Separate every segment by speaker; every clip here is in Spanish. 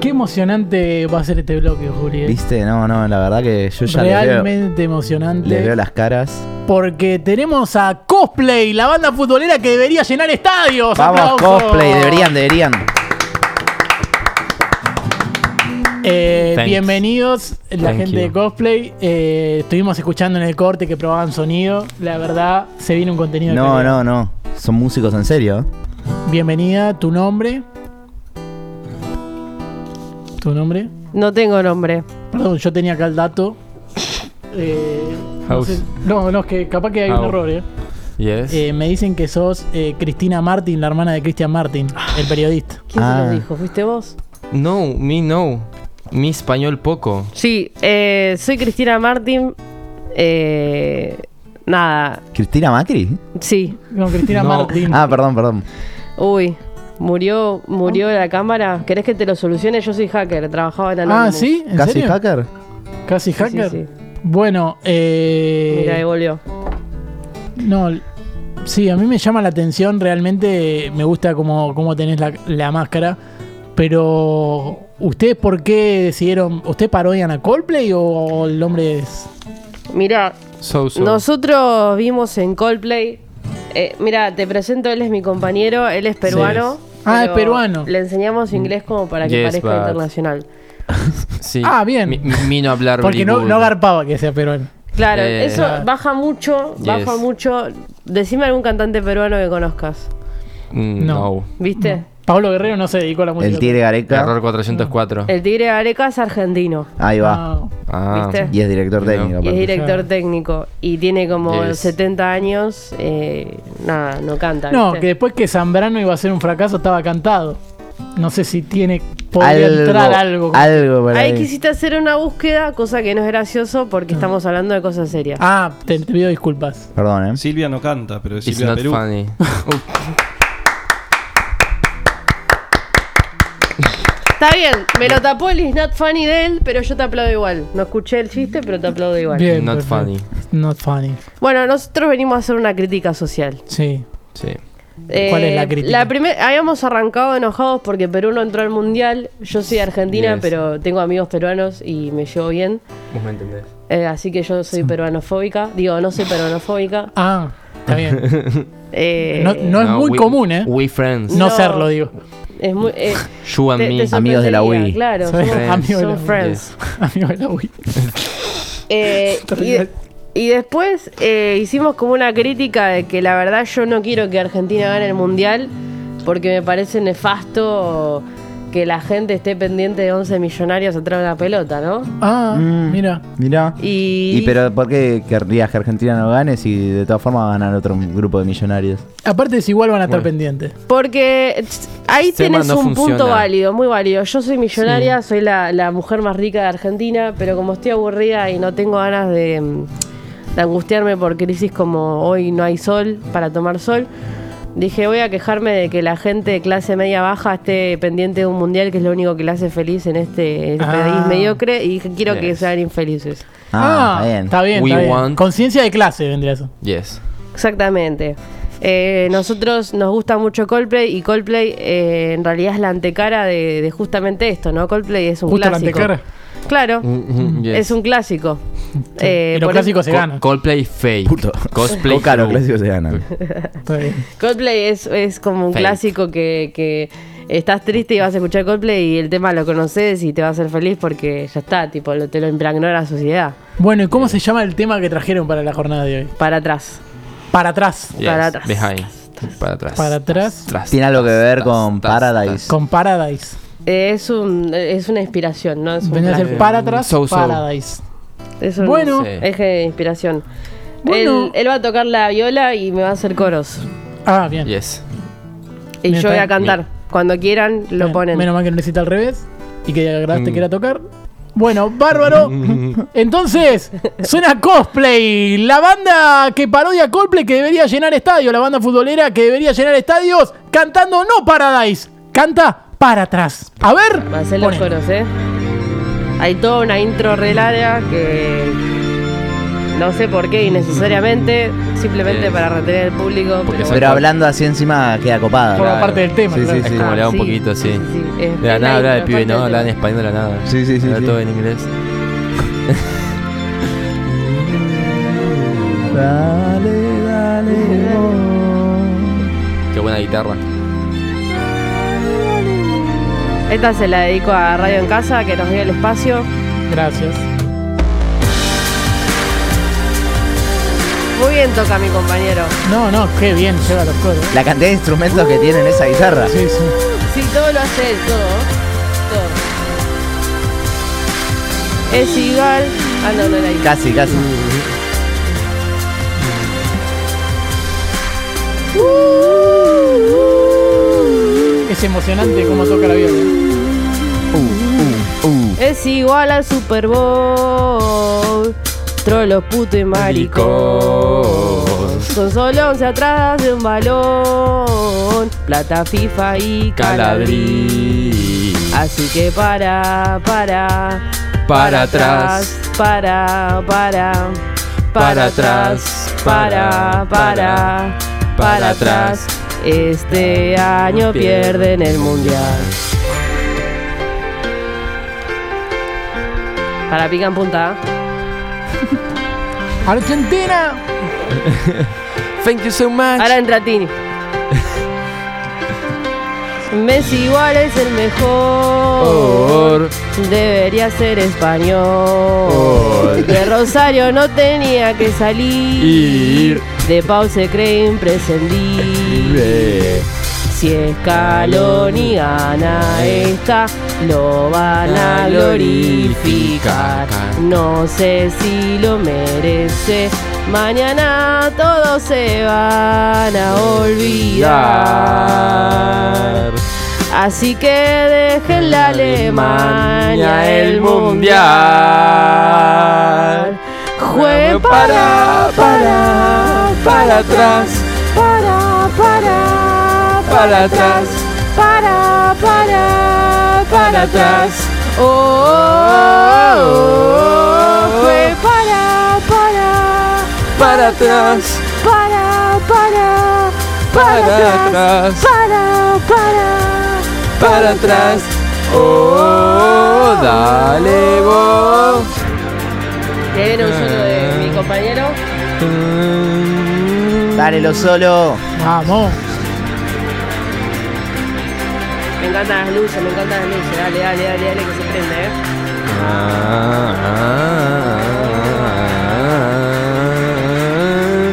Speaker 1: Qué emocionante va a ser este bloque, Juli. eh.
Speaker 2: ¿Viste? No, no, la verdad que yo ya les veo,
Speaker 1: Realmente emocionante.
Speaker 2: les veo las caras.
Speaker 1: Porque tenemos a Cosplay, la banda futbolera que debería llenar estadios.
Speaker 2: Vamos,
Speaker 1: ¡Aplausos!
Speaker 2: cosplay, deberían, deberían.
Speaker 1: Eh,
Speaker 3: Thanks.
Speaker 1: bienvenidos, la
Speaker 3: Thank
Speaker 1: gente
Speaker 3: you.
Speaker 1: de Cosplay. Eh, estuvimos escuchando en el corte que probaban sonido. La verdad, se viene un contenido. de
Speaker 2: No,
Speaker 1: calidad.
Speaker 2: no, no. Son músicos en serio.
Speaker 1: Bienvenida, tu nombre. Tu nombre.
Speaker 4: No tengo nombre.
Speaker 1: Perdón, yo tenía acá el dato. Eh, no,
Speaker 3: House.
Speaker 1: sé- no, no, es que capaz que hay un
Speaker 3: House.
Speaker 1: error. eh.
Speaker 3: Yes.
Speaker 1: Eh, me dicen que sos eh, Cristina Martin, la hermana de Cristian Martin, el periodista.
Speaker 4: ¿Quién se
Speaker 2: Ah.
Speaker 4: lo dijo? ¿Fuiste vos?
Speaker 3: No, mi no. Mi español poco.
Speaker 4: Sí, eh, soy Cristina Martín. Eh, nada,
Speaker 2: ¿Cristina Macri?
Speaker 4: sí.
Speaker 1: No, Cristina
Speaker 3: No.
Speaker 1: Martin.
Speaker 2: Ah, perdón, perdón.
Speaker 4: Uy, murió murió la cámara. ¿Querés que te lo solucione? Yo soy hacker, trabajaba en Anonymous.
Speaker 1: Ah. Ah, ¿sí? ¿En
Speaker 2: ¿Casi
Speaker 1: serio?
Speaker 2: hacker?
Speaker 1: ¿Casi
Speaker 4: Sí, sí,
Speaker 1: hacker?
Speaker 4: sí.
Speaker 1: Bueno,
Speaker 4: Mira,
Speaker 1: eh,
Speaker 4: devolvió.
Speaker 1: no, l- sí, a mí me llama la atención, realmente me gusta cómo, cómo tenés la, la máscara, pero ¿ustedes por qué decidieron, ustedes parodian a Coldplay o el hombre es...
Speaker 4: Mira,
Speaker 3: So, so.
Speaker 4: nosotros vimos en Coldplay. eh, mira, te presento, él es mi compañero, él es peruano.
Speaker 1: Ah,
Speaker 4: pero
Speaker 1: es peruano.
Speaker 4: Le enseñamos inglés como para que
Speaker 3: Yes,
Speaker 4: parezca
Speaker 3: but-
Speaker 4: internacional.
Speaker 3: Sí.
Speaker 1: Ah, bien.
Speaker 3: Mi, mi- mi no hablar
Speaker 1: Porque no,
Speaker 3: Bollywood.
Speaker 1: no garpaba que sea peruano.
Speaker 4: Claro,
Speaker 3: Eh,
Speaker 4: eso
Speaker 1: claro.
Speaker 4: baja mucho,
Speaker 3: Yes.
Speaker 4: baja mucho. Decime algún cantante peruano que conozcas,
Speaker 3: Mm,
Speaker 1: No.
Speaker 3: no.
Speaker 4: ¿viste?
Speaker 1: Pablo Guerrero no se dedicó a la música.
Speaker 2: El Tigre Gareca.
Speaker 3: Error 404.
Speaker 1: Eh,
Speaker 4: El Tigre de Areca es argentino
Speaker 2: Ahí va.
Speaker 1: No.
Speaker 3: Ah.
Speaker 4: ¿Viste?
Speaker 2: Y es director
Speaker 3: No.
Speaker 2: técnico.
Speaker 4: y es
Speaker 2: aparte.
Speaker 4: director técnico y tiene como
Speaker 3: Yes.
Speaker 4: 70 años, eh, nada, no canta.
Speaker 1: No, que
Speaker 4: Ah, ¿viste?
Speaker 1: después que Zambrano iba a ser un fracaso estaba cantado. No sé si tiene... Podría entrar algo.
Speaker 2: Algo por
Speaker 4: Ahí
Speaker 2: ahí.
Speaker 4: quisiste hacer una búsqueda, cosa que no es gracioso porque estamos hablando de cosas serias.
Speaker 1: Ah, te, te pido disculpas.
Speaker 2: Perdón, ¿eh?
Speaker 5: Silvia no canta, pero es
Speaker 3: It's
Speaker 5: Silvia de
Speaker 3: not
Speaker 5: Perú.
Speaker 3: funny.
Speaker 4: Está bien, me lo tapó el Is Not Funny de él, pero yo te aplaudo igual. No escuché el chiste, pero te aplaudo igual.
Speaker 1: Bien,
Speaker 3: Not
Speaker 1: perfecto.
Speaker 3: funny.
Speaker 1: Not funny,
Speaker 4: Bueno, nosotros venimos a hacer una crítica social.
Speaker 1: sí.
Speaker 3: Sí.
Speaker 1: ¿Cuál es la crítica?
Speaker 4: Eh, la primer- habíamos arrancado enojados porque Perú no entró al mundial. Yo soy de argentina,
Speaker 3: Yes.
Speaker 4: pero tengo amigos peruanos y me llevo bien.
Speaker 3: Vos me entendés.
Speaker 4: Eh, así que yo soy peruanofóbica. Digo, no soy peruanofóbica.
Speaker 1: Ah, está bien.
Speaker 4: Eh,
Speaker 1: No, no es muy
Speaker 3: we-
Speaker 1: común, ¿eh?
Speaker 3: We friends.
Speaker 1: No,
Speaker 4: No.
Speaker 1: serlo, digo.
Speaker 4: es muy, eh,
Speaker 3: You and
Speaker 4: te-
Speaker 3: me.
Speaker 4: te
Speaker 2: Amigos de la
Speaker 4: sorprendería,
Speaker 2: Wii.
Speaker 4: Claro,
Speaker 1: Soy
Speaker 4: somos,
Speaker 3: friends.
Speaker 1: amigo de
Speaker 4: somos
Speaker 1: la Wii.
Speaker 4: friends.
Speaker 1: Amigo de la Wii.
Speaker 4: Eh, y, de- y después eh, hicimos como una crítica de que la verdad yo no quiero que Argentina gane el mundial porque me parece nefasto que la gente esté pendiente de 11 millonarios atrás de una pelota, ¿no?
Speaker 1: Ah,
Speaker 2: Mm.
Speaker 1: mira.
Speaker 2: Mirá.
Speaker 4: Y,
Speaker 2: ¿Y pero por qué querrías que Argentina no gane si de todas formas va a ganar otro grupo de millonarios?
Speaker 1: Aparte, es igual van a estar
Speaker 3: Bueno.
Speaker 1: pendientes.
Speaker 4: porque tss, ahí
Speaker 3: Sistema
Speaker 4: tienes
Speaker 3: no
Speaker 4: un punto
Speaker 3: funciona.
Speaker 4: válido, muy válido. Yo soy millonaria, soy la, la mujer más rica de Argentina, pero como estoy aburrida y no tengo ganas de, mm, de angustiarme por crisis como hoy no hay sol para tomar sol, dije voy a quejarme de que la gente de clase media baja esté pendiente de un mundial que es lo único que la hace feliz en este
Speaker 1: Ah.
Speaker 4: país mediocre y dije quiero que
Speaker 3: Yes.
Speaker 4: sean infelices.
Speaker 2: Ah, está bien.
Speaker 1: Está bien,
Speaker 3: We
Speaker 1: está bien.
Speaker 3: want-
Speaker 1: Conciencia de clase vendría eso.
Speaker 3: Yes.
Speaker 4: Exactamente. Eh, nosotros nos gusta mucho Coldplay y Coldplay eh, en realidad es la antecara de, de justamente esto, ¿no? Coldplay es un
Speaker 1: Justo la
Speaker 4: clásico.
Speaker 1: antecara.
Speaker 4: Claro,
Speaker 3: Mm, mm, yes.
Speaker 4: es un clásico. Eh,
Speaker 1: y los
Speaker 4: por
Speaker 1: clásicos se
Speaker 3: Co-
Speaker 1: ganan.
Speaker 3: Coldplay fake.
Speaker 2: Puto.
Speaker 3: Cosplay.
Speaker 2: Boca, los
Speaker 3: fake.
Speaker 2: clásicos se ganan.
Speaker 1: Está bien.
Speaker 4: eso- Coldplay es, es como un
Speaker 3: Fake.
Speaker 4: clásico que, que estás triste y vas a escuchar Coldplay y el tema lo conoces y te va a hacer feliz porque ya está, tipo, lo- te lo impregnó la sociedad.
Speaker 1: Bueno, ¿y cómo se llama el tema que trajeron para la jornada de hoy?
Speaker 4: Para atrás.
Speaker 1: Para atrás.
Speaker 3: Yes,
Speaker 4: Para atrás.
Speaker 3: Behind. Para atrás.
Speaker 1: Para atrás.
Speaker 3: Tras,
Speaker 2: Tiene algo que
Speaker 3: tras,
Speaker 2: ver
Speaker 3: tras,
Speaker 2: con
Speaker 3: tras,
Speaker 2: Paradise.
Speaker 1: Con Paradise.
Speaker 4: Eh, es, un, es una inspiración, ¿no? Es un
Speaker 1: Venía a ser
Speaker 4: clásico.
Speaker 1: para atrás,
Speaker 3: So, so.
Speaker 1: Paradise.
Speaker 4: Es un
Speaker 1: Bueno.
Speaker 3: Sí.
Speaker 4: eje de inspiración.
Speaker 1: Bueno.
Speaker 4: Él, él va a tocar la viola y me va a hacer coros.
Speaker 1: Ah, bien.
Speaker 3: Yes.
Speaker 4: Y
Speaker 1: Bien,
Speaker 4: yo voy
Speaker 1: está
Speaker 4: a cantar. Cuando quieran, lo
Speaker 1: Bien,
Speaker 4: ponen.
Speaker 1: Menos mal que no necesita al revés y que grabaste
Speaker 3: Mm.
Speaker 1: que era tocar. Bueno, bárbaro. Entonces, suena cosplay. La banda que parodia Coldplay que debería llenar estadios. La banda futbolera que debería llenar estadios. Cantando no Paradise. Canta para atrás. A ver.
Speaker 4: Va a hacer los
Speaker 1: ponelo.
Speaker 4: coros, ¿eh? Hay toda una intro re larga que No sé por qué innecesariamente, simplemente
Speaker 3: Eh,
Speaker 4: para retener al público.
Speaker 3: porque
Speaker 4: pero
Speaker 3: son
Speaker 2: Pero hablando así encima queda copada.
Speaker 1: Forma
Speaker 3: Claro.
Speaker 1: parte del tema,
Speaker 2: Sí,
Speaker 1: claro.
Speaker 2: sí,
Speaker 3: Es
Speaker 2: sí.
Speaker 4: Ah,
Speaker 3: como le da un poquito así.
Speaker 4: Eh,
Speaker 3: De la
Speaker 4: Spotlight,
Speaker 3: nada habla de
Speaker 4: pero
Speaker 3: pibe, no
Speaker 4: parte del
Speaker 3: habla en
Speaker 4: tema.
Speaker 3: español de la nada.
Speaker 2: Sí, sí, sí,
Speaker 3: Habla
Speaker 2: sí.
Speaker 3: todo en inglés.
Speaker 2: Dale, dale. vos.
Speaker 3: Qué buena guitarra.
Speaker 4: Esta se la dedico a Radio en Casa, que nos dio el espacio.
Speaker 1: Gracias.
Speaker 4: Muy bien toca mi compañero.
Speaker 1: No, no, qué bien lleva los coros.
Speaker 2: La cantidad de instrumentos que tienen esa guitarra.
Speaker 1: Sí, sí.
Speaker 4: Sí, todo lo hace él, todo. Todo. Es igual. Ah, no, no era igual.
Speaker 2: Casi, casi.
Speaker 1: Es emocionante cómo toca la viola.
Speaker 2: Uh, uh, uh.
Speaker 4: Es igual al Super Bowl. Trolo, puto y maricón.
Speaker 3: Maricón.
Speaker 4: Son solo 11 atrás de un balón. Plata, FIFA y calabrí.
Speaker 3: Calabrí.
Speaker 4: Así que para, para.
Speaker 3: Para atrás.
Speaker 4: Para, para.
Speaker 3: Para atrás.
Speaker 4: Para, para. Para
Speaker 3: Para
Speaker 4: atrás.
Speaker 3: atrás.
Speaker 4: Este año pierden el mundial. Para pica en punta. ¿eh?
Speaker 1: Argentina.
Speaker 3: Thank you so much.
Speaker 4: Ahora entra Tini. Messi igual es el
Speaker 3: Oh.
Speaker 4: mejor.
Speaker 3: Por-
Speaker 4: Debería ser español.
Speaker 3: Por.
Speaker 4: De Rosario no tenía que salir.
Speaker 3: Ir.
Speaker 4: De Pau se cree imprescindible.
Speaker 3: Eh,
Speaker 4: Si Scaloni gana esta, lo van a
Speaker 3: La
Speaker 4: glorificar.
Speaker 3: glorificar.
Speaker 4: No sé si lo merece. Mañana todos se van a olvidar.
Speaker 3: dar.
Speaker 4: Así que dejen la Alemania el mundial. Jueguen para, para, para atrás, para, para, para atrás, para, para, para atrás. Oh, oh, oh, oh. Jueguen para, para,
Speaker 3: Para atrás.
Speaker 4: para, para,
Speaker 3: Para atrás.
Speaker 4: para, para.
Speaker 3: Para atrás. Oh, oh, oh, dale vos.
Speaker 4: Que viene un solo de mi compañero.
Speaker 2: Dale lo solo.
Speaker 1: Vamos.
Speaker 4: Me encantan las luces, me encantan las luces. Dale, dale, dale, dale, que se prende, ¿eh?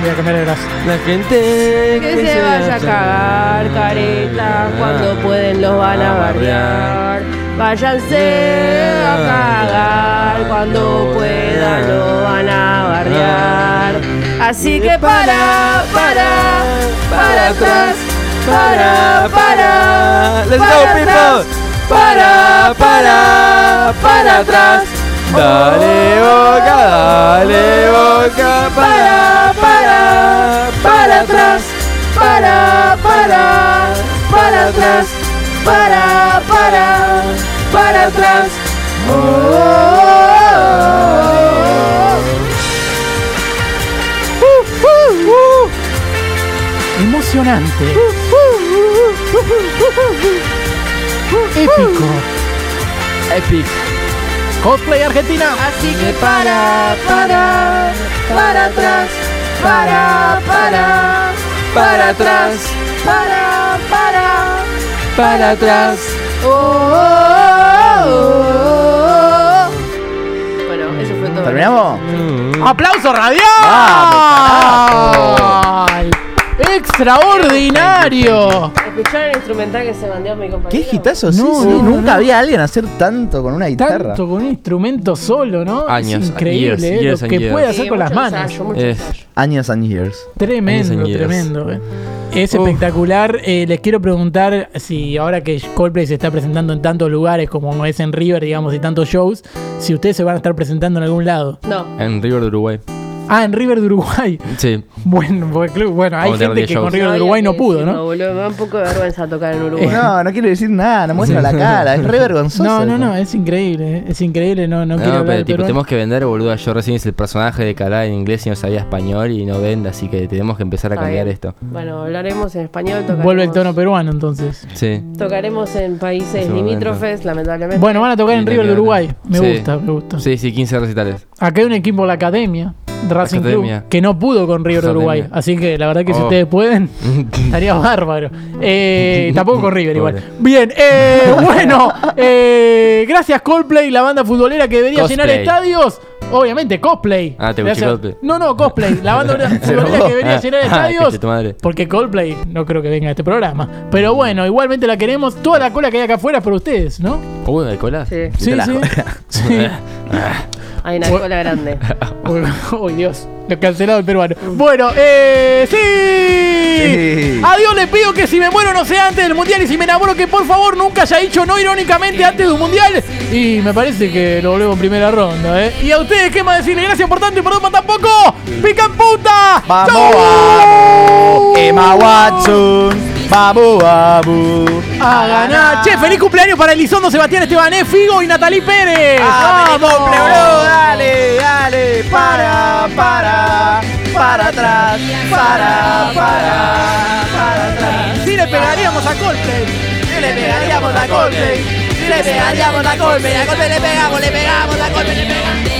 Speaker 1: Voy a cambiar el brazo.
Speaker 3: La gente
Speaker 4: Que se vaya a cagar, careta. Cuando pueden los van
Speaker 3: Ah,
Speaker 4: a bardear. Váyanse a cagar. Cuando puedan los van
Speaker 3: Ah.
Speaker 4: a bardear. Así que para, para, para atrás. Para, para.
Speaker 3: Let's
Speaker 4: para
Speaker 3: go,
Speaker 4: atrás,
Speaker 3: people. Para, para, para atrás. Dale boca, dale boca. Para, para, para atrás. Para, para, para atrás. Para, para, para atrás. Oh, oh, oh, oh.
Speaker 1: Emocionante. Épico.
Speaker 3: Epic.
Speaker 1: Cosplay Argentina.
Speaker 4: Así que para, para, para atrás, para, para,
Speaker 3: Para atrás,
Speaker 4: para, para.
Speaker 3: para atrás.
Speaker 4: Bueno, eso fue
Speaker 3: oh.
Speaker 4: todo.
Speaker 2: ¿Terminamos?
Speaker 1: ¡Aplauso radial!
Speaker 2: Vamos,
Speaker 1: ¡Extraordinario!
Speaker 4: Escucharon el instrumental que se mandó mi compañero.
Speaker 2: Qué gitazo, sí,
Speaker 1: No,
Speaker 2: sí.
Speaker 1: no, no.
Speaker 2: Nunca había alguien hacer tanto con una guitarra.
Speaker 1: Tanto con un instrumento solo, ¿no?
Speaker 3: Años,
Speaker 1: es increíble
Speaker 3: years,
Speaker 1: eh, lo
Speaker 3: years and
Speaker 1: que
Speaker 3: years.
Speaker 1: puede
Speaker 4: Sí,
Speaker 1: hacer con
Speaker 4: mucho
Speaker 1: las manos. Eh.
Speaker 4: ensayo, mucho
Speaker 3: Es-
Speaker 4: ensayo.
Speaker 2: Años and years.
Speaker 1: Tremendo,
Speaker 3: Años and years.
Speaker 1: tremendo. eh. Es
Speaker 3: Uf.
Speaker 1: espectacular. Eh, les quiero preguntar si ahora que Coldplay se está presentando en tantos lugares como es en River, digamos, y tantos shows, si ustedes se van a estar presentando en algún lado.
Speaker 4: No,
Speaker 3: En River de Uruguay.
Speaker 1: Ah, en River de Uruguay.
Speaker 3: Sí.
Speaker 1: Bueno, porque, cl- bueno hay
Speaker 3: Vamos a tener
Speaker 1: gente que
Speaker 3: 10
Speaker 1: con
Speaker 3: shows.
Speaker 1: River de
Speaker 4: había
Speaker 1: Uruguay
Speaker 4: que
Speaker 1: no pudo,
Speaker 4: decirlo,
Speaker 1: ¿no? Eh.
Speaker 4: boludo, me da un poco de vergüenza tocar en Uruguay.
Speaker 2: No, no quiero decir nada, no muestra la cara, es re vergonzoso.
Speaker 1: No, no,
Speaker 2: eso.
Speaker 1: no, es increíble, eh, es increíble, no, no,
Speaker 3: Ah, No,
Speaker 1: quiero hablar
Speaker 3: pero
Speaker 1: del
Speaker 3: tipo,
Speaker 1: Perú.
Speaker 3: tenemos que vender, boludo. Yo recién hice el personaje de que hablaba en inglés y no sabía español y no vende, así que tenemos que empezar a
Speaker 4: Está
Speaker 3: cambiar
Speaker 4: bien.
Speaker 3: esto.
Speaker 4: Bueno, hablaremos en español. Tocaremos,
Speaker 1: Vuelve el tono peruano entonces.
Speaker 3: Sí.
Speaker 4: Tocaremos en países
Speaker 3: Ese momento.
Speaker 4: limítrofes, lamentablemente.
Speaker 1: Bueno, van a tocar en
Speaker 3: Y la
Speaker 1: River de
Speaker 3: mierda.
Speaker 1: Uruguay. Me
Speaker 3: Sí.
Speaker 1: gusta, me gusta.
Speaker 3: Sí, sí, 15 recitales.
Speaker 1: Acá hay un equipo, la Academia, Racing
Speaker 3: Academia.
Speaker 1: Club, que no pudo con River de
Speaker 3: Academia.
Speaker 1: Uruguay. Así que la verdad que si
Speaker 3: Oh.
Speaker 1: ustedes pueden, estaría bárbaro. Eh, tampoco con River igual.
Speaker 3: Pobre.
Speaker 1: Bien, eh, bueno, eh, gracias Coldplay, la banda futbolera que debería llenar
Speaker 3: Cosplay.
Speaker 1: estadios. Obviamente, cosplay.
Speaker 3: Ah, te
Speaker 1: Gracias-
Speaker 3: escuché Coldplay.
Speaker 1: No, no, cosplay. La banda futbolera que debería llenar
Speaker 3: Ah,
Speaker 1: estadios.
Speaker 3: tu madre.
Speaker 1: Porque Coldplay no creo que venga a este programa. Pero bueno, igualmente la queremos. Toda la cola que hay acá afuera es por ustedes, ¿no?
Speaker 3: Uh, de cola.
Speaker 4: Sí,
Speaker 2: Sí, te la
Speaker 1: sí.
Speaker 2: jodas.
Speaker 1: sí.
Speaker 4: hay una
Speaker 1: Bu-
Speaker 4: cola grande.
Speaker 1: Uy, uy, Dios, lo cancelado el peruano. Bueno, eh. ¡Sí!
Speaker 2: Sí.
Speaker 1: A Dios le pido que si me muero no sea antes del mundial y si me enamoro que por favor nunca haya dicho no irónicamente antes de un mundial. Y me parece que lo volvemos en primera ronda, ¿eh? Y a ustedes, ¿qué más decirle? Gracias por tanto y perdón por tampoco. ¡Pica en puta!
Speaker 2: Vamos,
Speaker 1: ¡Chau!
Speaker 2: vamos, Eh, Emma Watson, vamos, vamos.
Speaker 1: A ganar. Che, feliz cumpleaños para Elizondo, Sebastián Estebané, Figo y Natalí Pérez.
Speaker 2: Ah,
Speaker 1: ¡Vamos!
Speaker 2: doble, bro, dale, dale, para, para, para atrás, para, para, para atrás.
Speaker 1: Sí le pegaríamos a Coldplay.
Speaker 2: Si le pegaríamos a golpe, si le pegaríamos a golpe, a golpe le pegamos, le pegamos, a golpe le pegamos.